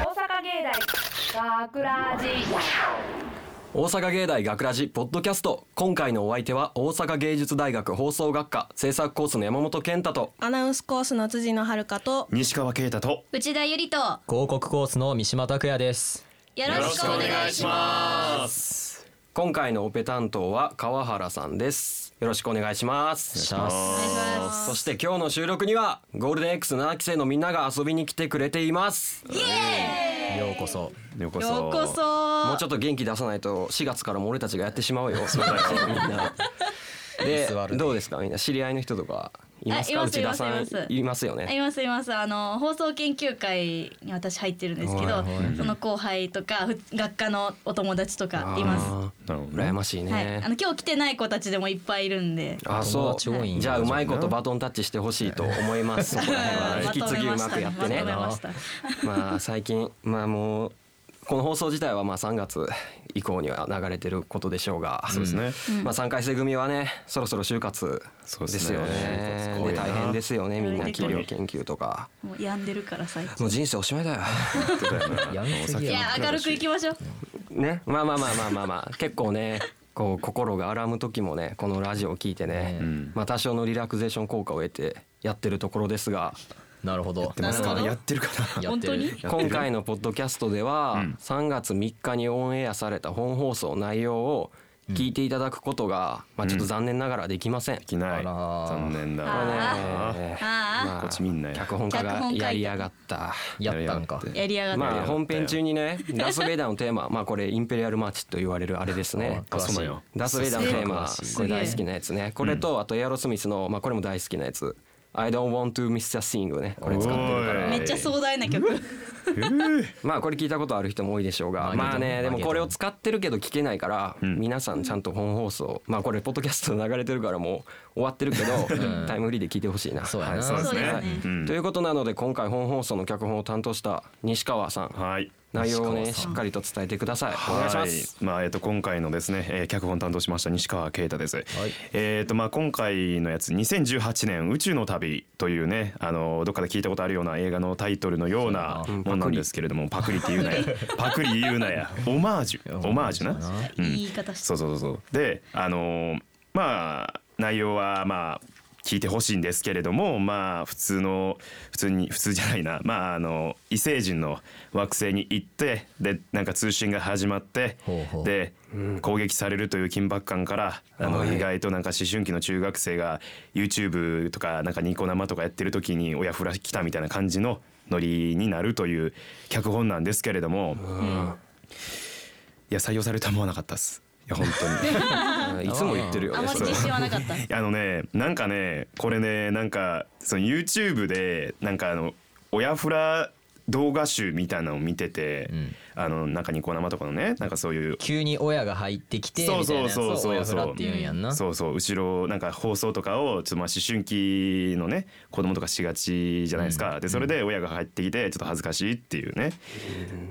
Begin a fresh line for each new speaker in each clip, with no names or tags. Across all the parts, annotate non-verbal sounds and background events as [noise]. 大学ラジ
大阪芸大学ラジポッドキャスト今回のお相手は大阪芸術大学放送学科制作コースの山本健太と
アナウンスコースの辻野遥と
西川圭太と
内田ゆりと
広告コースの三島拓也です
よろしくお願いします
今回のオペ担当は川原さんですよろしくお願いします
します
そして今日の収録にはゴールデン X7 期生のみんなが遊びに来てくれています
ようこそ
ようこ
すようこ
も
そう
ちょっと元気出さないと4月からも俺たちがやってしまうよみん
[laughs]
なで
座るね
どうですかみんな知り合いの人とかいますか
あいます
内田さ
い
ん
ますいます
いますよ
あ
ね
いますいますあの放送研究会に私入ってるんですけ
は
ど
い
その後輩とかふ学科のお友達とかいま
あー
なるほどね
羨ましい
すはい
ね
あの今日来てない子たちでもいっぱいいるんで
あ
友
そ
達多いん
う
や
じゃあうまいことバトンタッチしてほしいと思います [laughs] そこら辺は
ま
引き
と
継
め
ぎう
ま
ま
した
くやって
ま
ね
とめました
まあ最近まあもうこの放送自体はまあ3月以降には流れてることでしょうが
そうですね
まあ3回生組はねそろそろ就活
そう
で
ですすね
よ
就
ね
活多
で
いな
大変ですよねみんな
うん
企業研究とか
もう病んでるから最近
もう人生おしまいだ
[laughs]
よ
やめすぎ
い
や
や明るくいきましょう
ねまあまあまあまあまあまあ結構ねこう心が荒む時もねこのラジオを聞いてね、
うん
まあ多少のリラクゼーション効果を得てやってるところですが
なるほど
ますか
なるほど
やってるか
やってる
本当に
今回のポッドキャストでは
うん
3月3日にオンエアされた本放送内容を聞いていただくことが、まあ、ちょっと残念ながらできません。
できない
あら
残念だ
これね
わ
あ
まあ
こっち見んなよ
脚本家
脚
が
本家
やりやがった。
やったんか
やりやがって
あやりやがった
まあ本編中にねダース・ベイダーのテーマまあこれインペリアル・マーチと言われるあれですね
あ詳しい
そうなんよ
ダース・ベイダーのテーマ
す
こ
ごい
れ大好きなやつねこれとあとエアロスミスのまあこれも大好きなやつ「I don't want to miss a thing」ねこれ使ってるか
お
ら
い
めっちゃ壮大な曲
まあこれ聞いたことある人も多いでしょうが
まあ
まあね
いい
で
と思う
もこれを使ってるけど聞けないから
ん
皆さんちゃんと本放送まあこれポッドキャスト流れてるからもう終わってるけどタイムフリーで聞いてほしいな。
そうや
は
ない
そうです
そう
ね
ですね
うん
ということなので今回本放送の脚本を担当した西川さん
はい
内容をね
西川
し
さん
っかりと伝えてくださいお願いします。
はい、まあえっ、と今回のですね、えー、脚本担当しました西川啓太です。えっ、とまあ今回のやつ2018年宇宙の旅というねあのどっかで聞いたことあるような映画のタイトルのような
そうだな
もんなんですけれどもパクリって言うなやパクリ言うなやオマージュオマージュな。うん
いい言い方して
そうそうそうそうであのーまあ内容はまあ聞いてほしいんですけれどもまあ普通の普通に普通じゃないなまああの異星人の惑星に行ってでなんか通信が始まって
ほうほう
で攻撃されるという緊迫感からあの
はい
意外となんか思春期の中学生が YouTube とかなんかニコ生とかやってる時に親フラ来たみたいな感じのノリになるという脚本なんですけれどもいや採用されるとは思わなかったっす。いや本当に
いつも言ってるよ
あん
ね
ま
そ
り
れ
自信はなかった
いやあのねなんかねこれねなんかその YouTube でなんかあの親フラ動画集みたいなのを見てて、
ん
あの中にニコ生とかのねなんかそういう
急に親が入ってきてみた
そう
い
そう
なやつ
そう
を
そう
親フラって言うんやんな
そうそう後ろなんか放送とかをちょっとまあ思春期のね子供とかしがちじゃないですか、でそれで親が入ってきてちょっと恥ずかしいっていうね、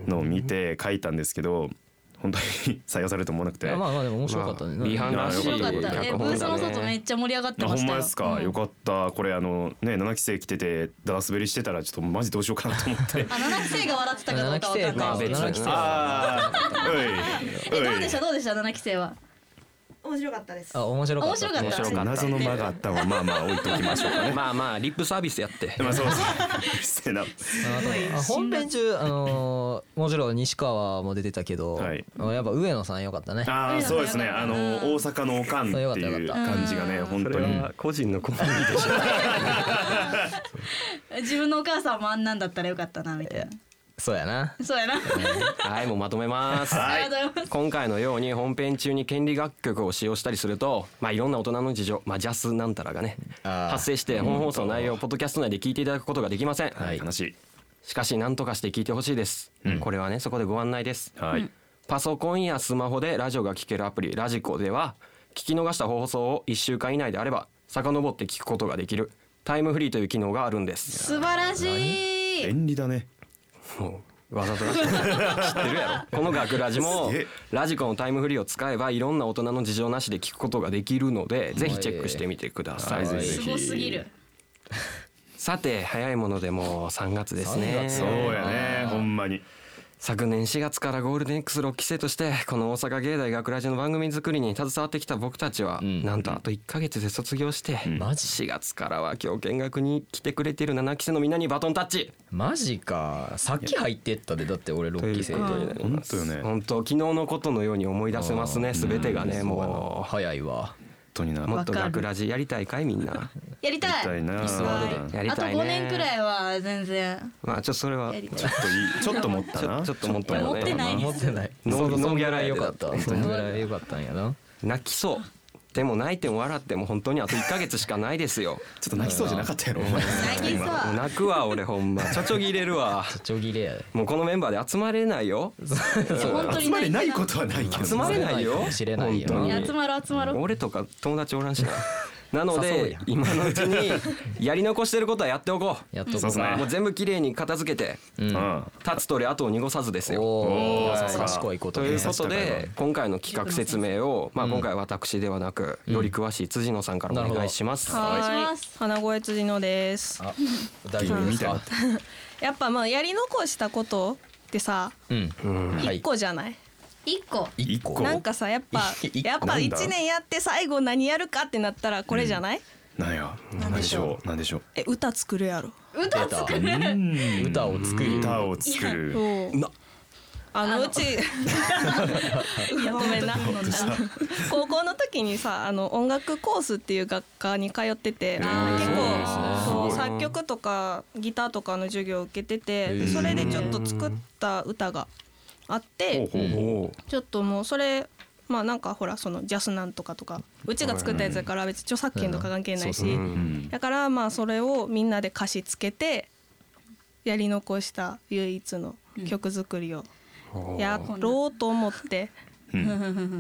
のを見て書いたんですけど本当に採用されると思わなくて、
いやまあまあでも面白かったね、
まあ B 班らしい
面白かったえ
脚
ブ
本
ース
だ
の
ね
外めっちゃ盛り上がって
あ
ま
ほん
した
まですか、
うん
よかったこれあのね7期生来ててダースベリしてたらちょっとマジどうしようかなと思って
[laughs]
[laughs]
あ七期生が笑ってたかどうかわかん
まあ
ない
別に
期生
あ
[laughs]
あおい
え
おい
どうでしたどうでした七期生は
面白かったです
あ面白かった
面白かった
謎の間があったのはまあまあ置いときましょうか
[laughs]
ね
まあまあリップサービスやって
[laughs] まあそうそううるせえな
あとあ本編中あのーもちろん西川も出てたけど、
はい
あやっぱ上野さん良かったね
ああそうですね
うん
あの大阪のおかんっていう感じがね本
そ
当
れ
に
は個人の好みでしょ
自分のお母さんもあんなんだったらよかったなみたいな
そうやな
そうやな
はいもうまとめます
ありがとうございます
今回のように本編中に権利楽曲を使用したりするとまあいろんな大人の事情まあジャスなんたらがね
あー
発生して本放送の内容をポッドキャスト内で聞いていただくことができません
はい悲しい
しかし何とかして聞いてほしいですこれはねそこでご案内です
はい
パソコンやスマホでラジオが聴けるアプリラジコでは聞き逃した放送を1週間以内であれば遡って聞くことができるタイムフリーという機能があるんです
素晴らしい
便利だね
もうわざとらしい知ってるやろこの学ラジも
すげえ
ラジコのタイムフリーを使えばいろんな大人の事情なしで聞くことができるのでぜひチェックしてみてください、
はいぜひ
すごすぎる
さて早いものでもう3月ですね
3月
そうやねほんまに
昨年4月からゴールデン X6 期生としてこの大阪芸大学ラジの番組作りに携わってきた僕たちは、
うん
なんとあと1ヶ月で卒業して、
うん
マジ
4月からは今日見学に来てくれてる7期生のみんなにバトンタッチ
マジかさっき入ってったでだって俺
と
6
い
期
う
生
ことになります
本当よね
本当昨日のことのように思い出せますね全てがね
うん
も
早いわ
当にな
うも
や
っと学ラジやりたいかいみんな
やり
り
たい
たいな
は
やり
あと
たいね
5年くらいは全然
まあちょっとそれは
やり
ち
たい
ちょっと持っ
ょち
た
ょ
な
ちょっと思った
持
よ
って
ね
ないで
持
す
ってない
ノー
そん
ノーギャラ
よ
よ
か
か
っ
ったた
そんぐらいよかったんやな
泣きそうでも泣いても笑っても本当にあと1ヶ月しかないですよ
ちょっと泣きそうじゃなかったやろお前
泣きそう
もう泣くわ俺ほんまちょちょぎれるわ
ちょぎれやで
もうこのメンバーで集まれないよ
いや本当
集
に
まれ
泣いて
ないことはないけど
集まれないよ
かもしれないよ
本当
いや
に
集まろう集まろう
俺とか友達おらんしななの
誘う
で
やん
今のうちにやり残してることはやっておこ
[laughs]
う
やっ
そ
と
う
こ
っすね
もう全部綺麗に片付けて
う
う
んん
立つ鳥後を濁さずですよ
お
お
お
ー
賢いこと
と
ね
いうこと
優しかった
で
な
今回の企画説明をまあ
うん
今回私ではなくより詳しい辻野さんからお願いします
なるほど
はい
お願いします
花声辻野です。
あ大丈夫ですか
やっぱまあやり残したことってさ、
うん
うん
はい
一個じゃない。
一
[laughs]
個
一個
なんかさやっぱ
一個
やっぱ
なんだ
一年やって最後何やるかってなったらこれじゃない？
なんやなんでしょうなんでしょう
え歌作るやろ。
歌作る
歌を作る
歌を作る
[laughs] そう
な
あのうちごめんな高校の時にさあの音楽コースっていう学科に通ってて結
ー
そうなんですね
構そう作曲とかギターとかの授業を受けてて
へ
で
ー
それでちょっと作った歌があ
ほう
って
ほうほう
おう
ちょっともうそれまあなんかほらそのジャスなんとかとかうちが作ったやつだから別に著作権とか関係ないし
う
うんん
だからまあそれをみんなで歌詞つけてやり残した唯一の曲作りをやろうと思って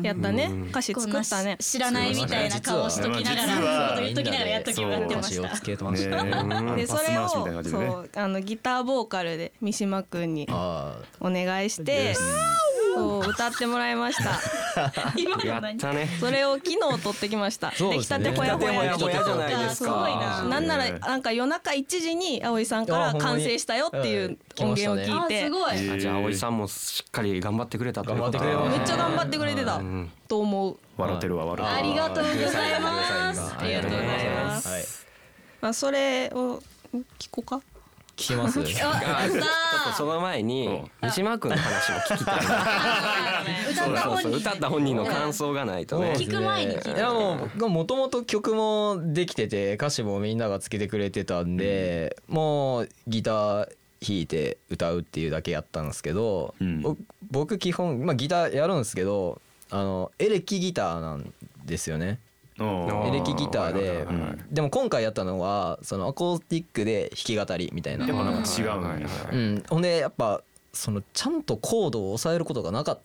やったね
うん
歌詞
こん
作
な
ったね
知らないみたいな顔しときながら
実は
そう言っときながらやっとき
そう
やって
歌
ま
詞
し
を
た
つけてま
ね
した [laughs]
え
うん
でそ
パス
れ
回しみたいな
を
感じで
そ
ね
うあのギターボーカルで三島くんに
あ
お願いしてそう歌ってもらいま
[laughs]
した
今
や
の
っ
何
たね
それを昨日撮ってきました
そう
出
で
来
す
た
ね
てほやほ
出来たてほ
や
やほやじゃないですか
すごいな
なんならなんか夜中1時に葵さんか
あ
ら
ほんま
完
に
成したよっていう音源を聞い
あ
て
す
め
ごい
あじゃあ葵さんもしっかり頑張ってくれたということ
頑張ってくれました
っちゃ頑張ってくれてた
ん
と思う
笑ってるわ笑っ
ありがとうございます
ありがとうございます
ありがとうございます
はい
まあそれを聞こうか
聞けます
[laughs] あやった
ちょっとその前に三島君の話も聞きたいな
歌った
そう
本
そう
人
歌った本人の感想がないとね
聞く前に聞いて
いやもうもともと曲もできてて歌詞もみんながつけてくれてたんで、もうギター弾いて歌うっていうだけやったんですけど、
うん
ぼ僕基本、まあ、ギターやるんですけどあのエレキギターなんですよね
あー
エレキギターで、
はいはいはいはい
でも今回やったのはそのアコースティックで弾き語りみたいな
でもなんか違う
は
の
い
よ
は
う
い
ん、ほんでやっぱそのちゃんとコードを抑えることがなかった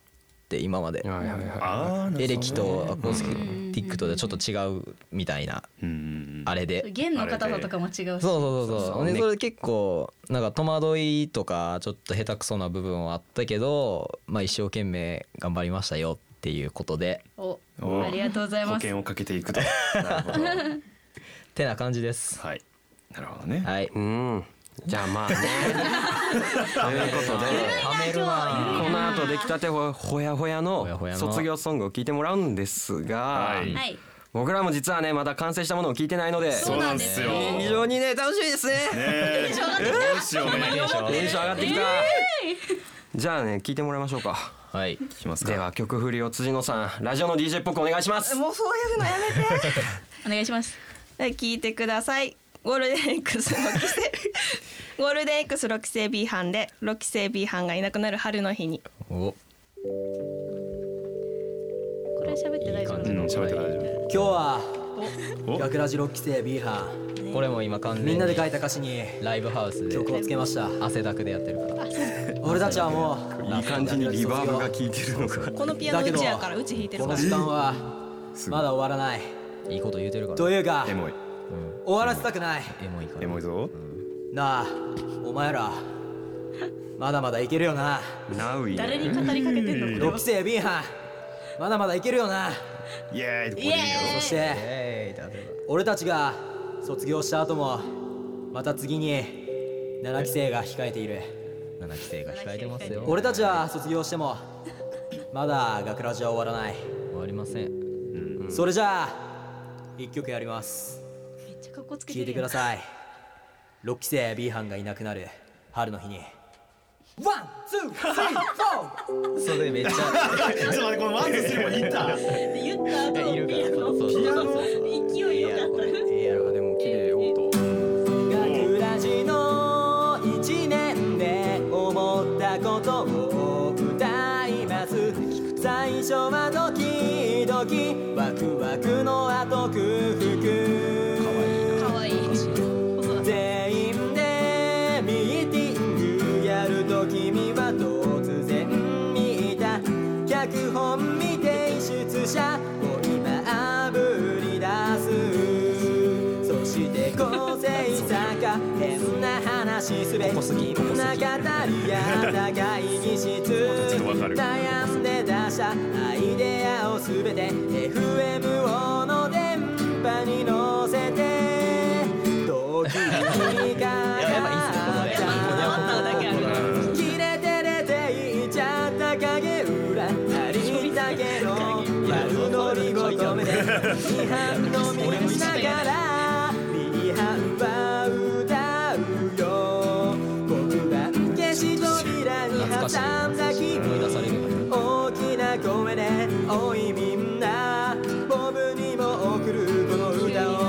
今まで。
はいはいはい
あー
エレキとアコースティックとでちょっと違うみたいな
うん
あれで
弦の硬さとかも違うし
そうそうそうそう
そう
で
ね
それ結構なんか戸惑いとかちょっと下手くそな部分はあったけどまあ一生懸命頑張りましたよっていうことで
お
お
ありがとうござい
保
ます
険をかけていくとなるほど
てな感じです
はいなるほどね
はいう
んじゃあまあねということで
はめるな
この後出来たてほほやほや
ほや
の
ほやの
卒業ソングを聞いてもらうんですが
はい
はい
僕らも実はねまだ完成したものを聞いてないので
そうなんですよ
非常にね楽しみですね
えーどうしようね
テンション
テンション上がってきたじゃあね聞いてもらいましょうか
はい
きます
で
か
は曲振りを辻野さんラジオの DJ っぽくお願いします
もうそういうのやめて
お願いします
はい聞いてください。ゴールデン X の期生 [laughs] ゴールデン X 六期生 B 班で六期生 B 班がいなくなる春の日に
お
これは喋って大丈夫
うん喋って大丈夫
今日は
お
学ラジ6期生 B 班
これも今完全に
みんなで書いた歌詞に
ライブハウスで
曲をつけました
汗だくでやってるから
俺たちはもう
いい感じにリバーブが効いてるのが
このピアノうちやからうち弾いてる
こ
か
の
ら
時間は
ごい
まだ終わらない
いいこと言うてるから
というか
エモい
終わらせたくない
エモいから
エモいぞ
なあお前らまだまだいけるよな
ナウイ
誰に語りかけてんの
6期生 B 班まだまだいけるよな
イエーイここでいいよ
そして
えーい例え
俺たちが卒業した後もまた次に7期生が控えている
7期生が控えてますよ
俺たちは卒業してもまだ学ラジは終わらない、
終わりません
それじゃあ一曲やります
めっちゃ格好つけ
聴
て
い
る
てください6期生 B 班がいなくなる春の日にワンツースリーフォー
それめっちゃ
ちょっと待ってこのワンツースリーもいった
いって言った後
いる
の
か
ピ
ら
アノ
そうそうそうそう
勢いよかった
いやでも綺麗音
学ラジの一年で思ったことを歌います最初はドキドキワクワクの後空腹
可愛い
全員でミーティングやると君は突然見た脚本未提出者を今あぶり出すそして個性差が変な話すべき
[laughs]
な語りや互いにしつ
とわかる
悩んで出したアイデアをすべて FMO の電波に乗せて時にかかっ
っただけあるな
た切れてれていっちゃった影裏ありだけの悪乗り求めて批判のみながら B 班は歌うよ僕は消し扉に挟んだ君
思い出される
大きな声でおいみんなボブにも送るこの歌を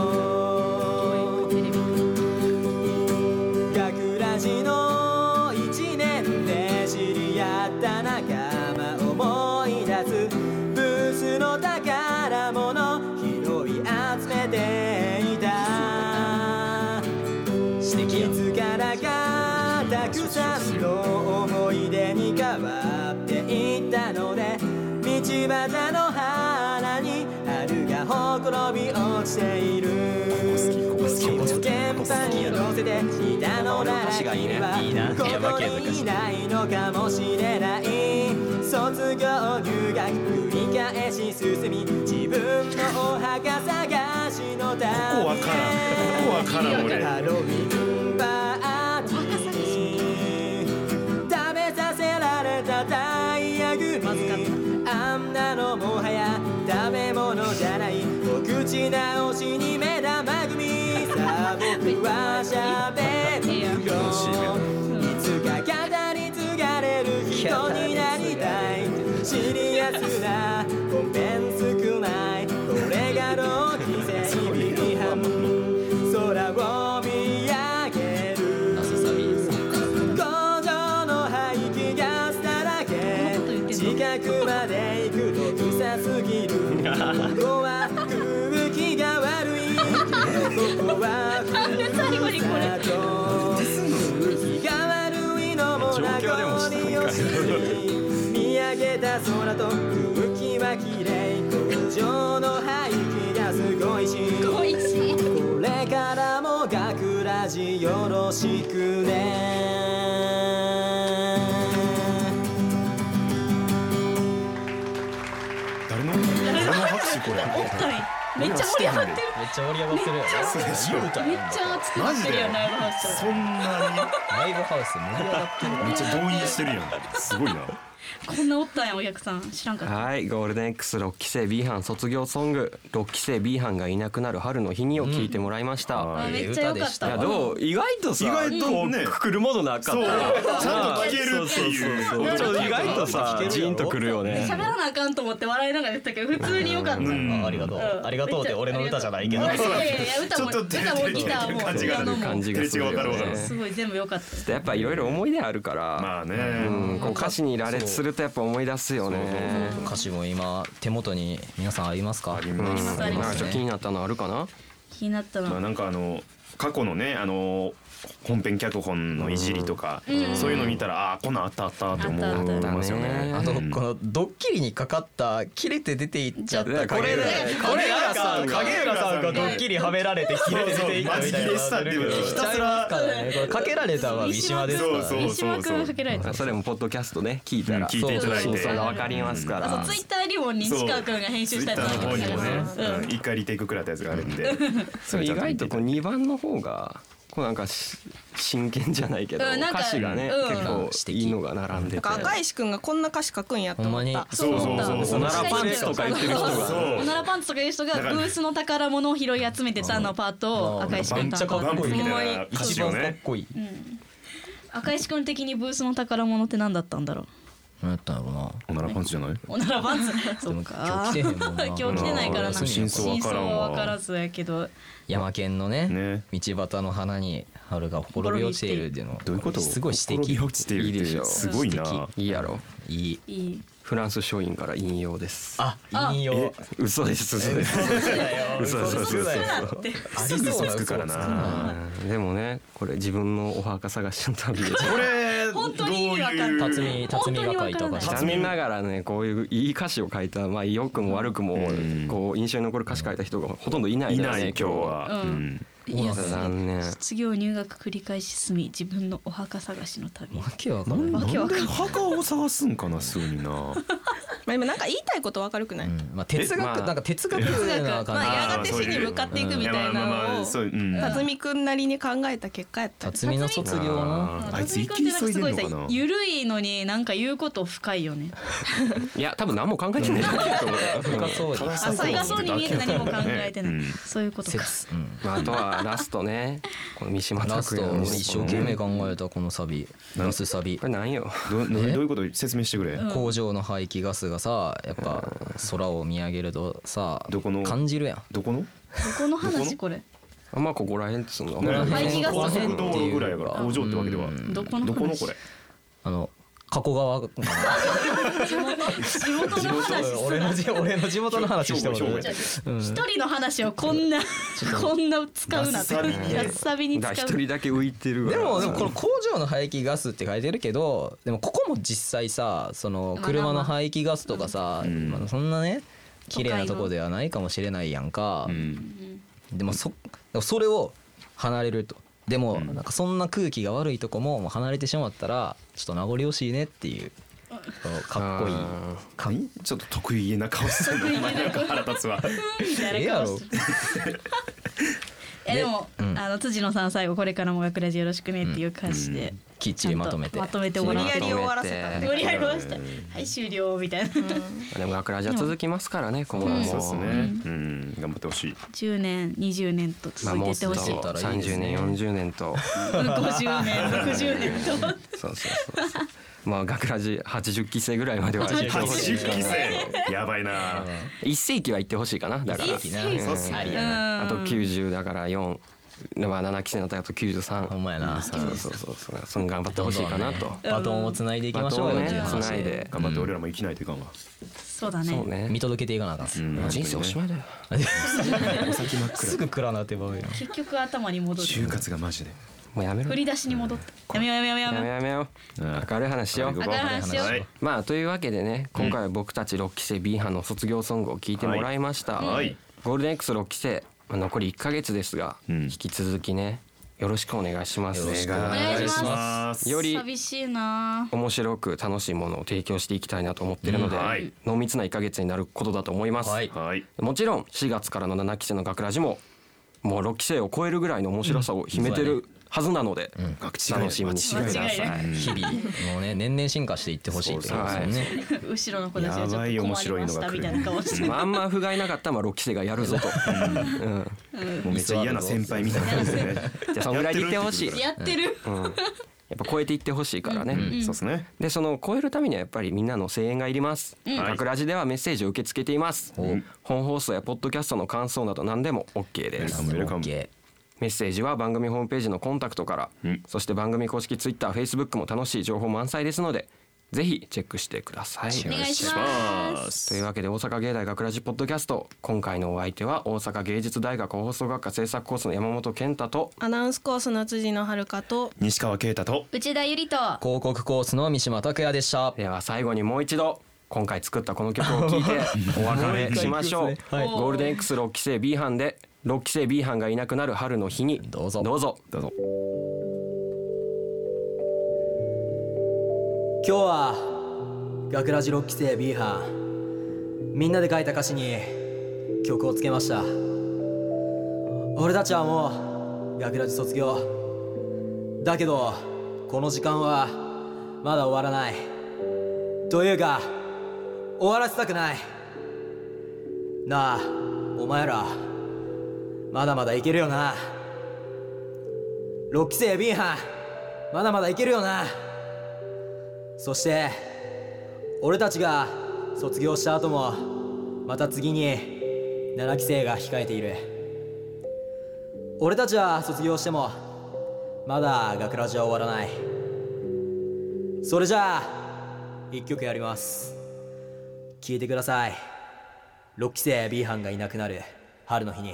学ラジの一年で知り合った仲間思い出すブースの宝物拾い集めていたいつからかたくさんの思い出に変わっていったので道端の花に春がほころび落ちている君も現場に乗せていたのなら君はここにいないのかもしれない卒業留学繰り返し進み自分のお墓探しの旅へ
ここわからんここわからん俺
ハロウィンパーティー食べさせられたダイヤグミあんなのもはや食べ物じゃないお口直しに目玉組さあ僕はしゃべるよいつか語り継がれる人になりたいシリアスなごめん少ないこれがロッキー生日半空を見上げる工場の排気ガスだらけ近くまで行くと臭すぎる [laughs] ここは空気が悪いけどここは
最後にこれ
ふるさと空気が悪いのも名残惜しい見上げた空と空気は綺麗工場の排気がすごいし
可愛い
これからも学ラジよろしくね
誰の誰の拍手これ
めっちゃ盛り上がってる
めっちゃ盛り上がってるよね
それしよ
めっちゃ熱くなってるよねライブハウス
そんなに
ライブハウス盛り上がってる
めっちゃ動員してるやんすごいな
こんなおったんやお客さん知らんかった
はいゴールデン X6 期生 B 班卒業ソング6期生 B 班がいなくなる春の日にを聞いてもらいました、
あ
はい
めっちゃ良かっ
いや
た
どう意外とさ
意外と
こう
ね
くくるものなか
そう
っ
ち
た
ゃんと聞けるっていう
そうそうそうちょっと意外と
聞
さ
けるよ
ジーンとくるよね
喋らなあかんと思って笑いながら言ってたけど普通に良かった
うん
あありがとう、
うん
ありがとうって俺の歌じゃないけど
いやいやいや歌も
ちょっと
歌もギターも
照れてる
ピアノも
感じがするよ
照れ違うわかるわ
ね
かる
すごい全部良かった
やっぱいろいろ思い出あるから、
まあね、
うん、こう歌詞に羅列するとやっぱ思い出すよね
歌詞も今手元に皆さんありますか
あります
すあり
なん
ま
かちょっと気になったのあるかな
気になった
まあ、
の
なんかあの過去のねあの本編脚本のいじりとか、そういうの見たらああーこんなんあったあったって思
あったあ
う
った
思いますよ
あ
あ
ね。
のこのドッキリにかかった切れて出ていっちゃった
これね
影浦さん
これ
影浦さんがドッキリはめられて切れて出ていったみた
そうそうマジ
いな
切れしたっていうひたすら
かねこれかけられたは三島ですからね
そうそう
三島君かけられた
それもポッドキャストね聞いたら、
うん聞いていただいて
真相がわかりますか
あ
ら
とツイッターにも西川君が編集したやつ
ツイッターの方にも
う
ね
ん、
うん、一回リテイク食らったやつがあるんで。
そう意外とこう2番の方がこうなんかし真剣じゃないけど、
うんなんか
歌詞がね、
うん
結構いいのが並んで
な
て
んか赤石くんがこんな歌詞書くんやと思った
ほ
そうそうそうそ
お
う
ならパンツとか言ってる人が
そう
おならパンツとかいう人がブースの宝物を拾い集めてたあのパートを赤石君
めっちゃ
担
か
当
っこいい
みたいな歌詞を
かっ
ね
こいい
赤石君的にブースの宝物って何だったんだろう
何やったんやろうな
おならパンツじゃない
おならパンツそっか
今日着てへんもんな
今日着てないからな
うん真
相わからん
真
わ
相はわからずやけど
山県のね
ね
道端の花に春がほころび落ちているっていうの
どういうこと
すごい
ほ
指
ころび
摘
落ちてるっ
いいでしてょう
すごい
素
ない
いやろ
いい
いい
フランス書院から引用です
あ引用
嘘です嘘です
嘘嘘嘘嘘
あ
すぐ嘘つくからな
うんでもねこれ自分のお墓探しの旅で
これ
本当に意味わかんない
どう
辰
いう
巳辰巳が書いたから
残念ながらねこういういい歌詞を書いたまあ良くも悪くも
うん
こう印象に残る歌詞書いた人がほとんどいない
い
ですね
ない今日は、
う
うんん
いや
残念
卒業入学繰り返し進み自分のお墓探しの旅
わけわからんない
わけわかんない
墓を探すんかなすぐにな
まあ今なんか言いたいことわかるくない、
うんまあ哲
えまあ
学なんか哲学な
ま
感
あ
じ
や
がて死に向
かっていくみたいなのを
やまあまあまあそううん
辰巳くんなりに考えた結果やった
辰巳の卒業の
あーあいつ
辰巳
一気
君
に
ってなんか
急いです
ごい
んの
さ
かな
ゆるいのになんか言うこと深いよね
いや多分何も考えてないと思う
深そうに
浅いそうに見えて何も考えてない、
うん
そういうことか
説うん
まああとはラストねこの三島
ラス
拓
ト
也の
一生懸命考えたこのサビラスサビ
これなんよ
どどどういうこと説明してくれ、
工場の排気ガスがさやっぱ空を見上げるとさ
どこの
感じるやん
どこの
どこの話これ
あんまあここら辺っつうの
ね
排気ガス
高速道路ぐらいやから
うん
工場ってわけでは
うん
どこの話
どこのこれ
あの加古川かな
地元地元の話す
俺の地俺の地元の話してもらう
兵庫兵
一人の話をこんなこんな使うなって
ガスサビに
ガ
だから
スサビに
一
使う
人だけ浮いてるわ
でもでもこの工場の排気ガスって書いてるけどでもここも実際さその車の排気ガスとかさ、
うん
まあそんなね綺麗なとこではないかもしれないやんか、
うん
でもそでもそれを離れるとでもなんかそんな空気が悪いとこももう離れてしまったらちょっと名残惜しいねっていうこのかっこいい
あ
かいちょっと得意げな顔してるお前なんか腹立つわ
みたいな顔してる [laughs] えでも、
うん
あの辻野さん最後これからも学ラジよろしくねっていう感じで、
きっちりまとめて
まとめて終
ー
わら
無理やり終わらせた
無理やり終わらせたはい終了みたいな、
でも学ラジは続きますからね今後も
そうですねうん頑張ってほしい
10年20年と
まあ
続い
も
て
う
って
すぐ
ほしい、
まあもう
30年40年と
50年60年と
そうそうそうそうまあ学ラジ80期生ぐらいまでは行ってほしい
80期生やばいな
一世紀は行ってほしいかなだから
一世紀な
うん
そうっすねありや
あと90だから4まあ7期生になったらあと93
ほんまやな
そうそうそうそうその頑張ってほしいかなと、
どんどんねバトンをつないでいき
バ
まし
ト
ょう
ンを
よ
ね
っていう話
つないで、
頑張って俺らも生きないといかんわ
そうだね
そうね
見届けていかなあかんっす、
うん
人生おしまいだよ
[laughs] すぐ暗なってばうやん
結局頭に戻
就
る
活がマジで
もうやめろ
[laughs] 振り出しに戻ったやめようやめようや
や
め
め
よう
ようやめよう
うん
明るい話しよう
明るい話しよう
はい
まあというわけでね今回は僕たち6期生 B 班の卒業ソングを聞いてもらいました、
はい
ゴールデン X6 期生まあ残り1ヶ月ですが、
うん
引き続きねよろしくお願いします
お
願いし
ま
より
寂しいな [laughs]
面白く楽しいものを提供していきたいなと思ってるので、
うんはい
濃密な1ヶ月になることだと思います、
はい
はい
もちろん4月からの7期生の学ラジももう6期生を超えるぐらいの面白さを秘めてるはずなので、
学知
楽しみにしてくださ
間違いない
い
日々もうね年々進化していってほしいってことですよね
後ろの子たちがちょっと困りましたみたいな顔してる
まああんま不甲斐なかったらまあ6期生がやるぞと、うん、
もうめっちゃ嫌な先輩みたいな感じでね [laughs]
じゃあそんぐらいでいってほしい、うん、や
やってる
っぱ超えていってほしいからね、
そうですね
でその超えるためにはやっぱりみんなの声援がいります、
ん
学ラジではメッセージを受け付けています、
ん
本放送やポッドキャストの感想など何でも OK で
カ
す、
ムウェルカム
OK
メッセージは番組ホームページのコンタクトから、
うん
そして番組公式 TwitterFacebook も楽しい情報満載ですのでぜひチェックしてください
お願いします
というわけで大阪芸大学ラジポッドキャスト今回のお相手は大阪芸術大学放送学科制作コースの山本健太と
アナウンスコースの辻野遥と
西川圭太と
内田ゆりと
広告コースの三島拓也でした
では最後にもう一度今回作ったこの曲を聴い
[laughs]
てお別れしましょう、
もう一回行くんですねはい
ゴールデン X6 期生 B 班で6期生 B 班がいなくなる春の日に
どうぞ
どうぞ
どうぞ
今日は学ラジ6期生 B 班みんなで書いた歌詞に曲をつけました俺たちはもう学ラジ卒業
だけどこの時間はまだ終わらないというか終わらせたくないなあお前らまだまだいけるよな6期生 B 班まだまだいけるよなそして俺たちが卒業した後もまた次に7期生が控えている俺たちは卒業してもまだ学ラジは終わらないそれじゃあ一曲やります聴いてください6期生 B 班がいなくなる春の日に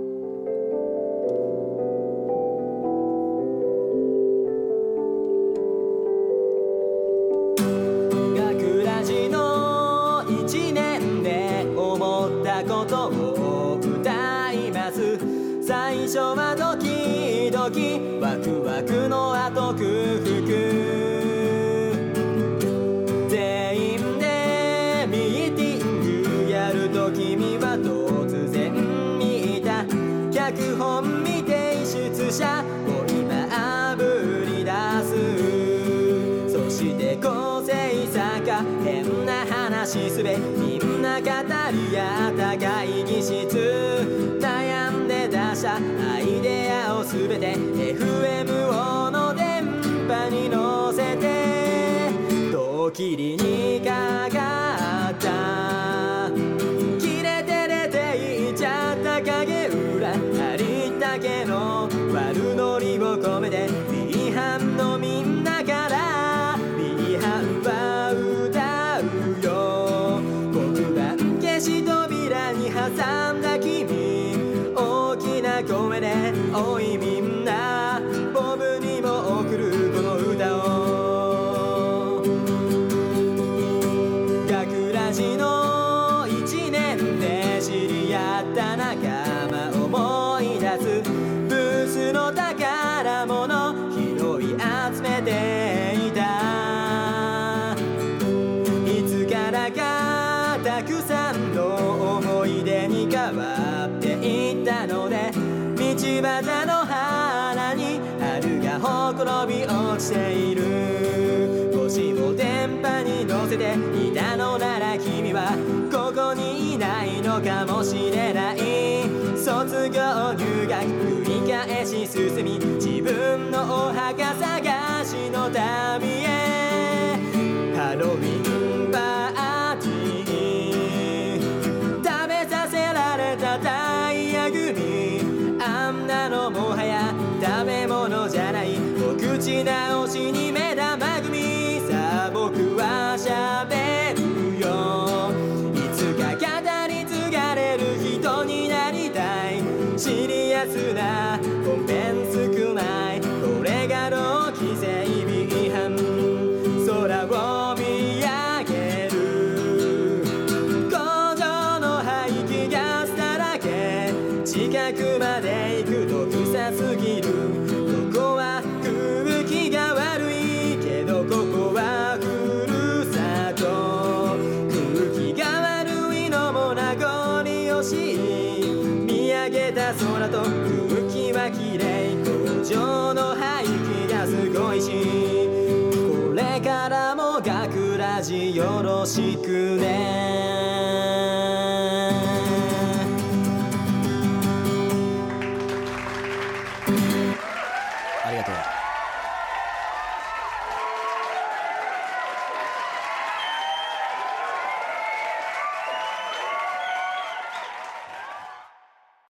ー学ラジの1年で思ったことを歌います最初はドキドキワクワクの後空腹全員でミーティングやると君は突然見た脚本未提出者を今あぶり出すそして個性差か変な話すべみんな語り合った会議室悩んで出したアイデアを全て FM をの電波に乗せてドキリにかかった切れて出ていっちゃった影裏ありったけの悪ノリを込めて B 班のみんなから B 班は歌うよ黒板消し扉に挟んだ君大きな声でおいみんなボブにも送るこの歌を学ラジの1年で知り合った仲間思い出すブースの宝物拾い集めていたいつからかたくさんの思い出に変わっていったので道端の花に春がほころび落ちている星を電波に乗せていたのなら君はここにいないのかもしれない卒業入学繰り返し進み自分のお墓探しの旅へハロウィンパーティー食べさせられたダイヤグミあんなのもはや食べ物じゃないお口直しに目玉組さあ僕は喋るよいつか語り継がれる人になりたいシリアスなごめん少ないこれが6期生 B 班空を見上げる工場の排気ガスだらけ近くまで行くと臭すぎるここは空気が悪いけどここはふるさと空気が悪いのも名残惜しい見上げた空と空気はきれい工場の排気がすごいしこれからも学ラジよろしくね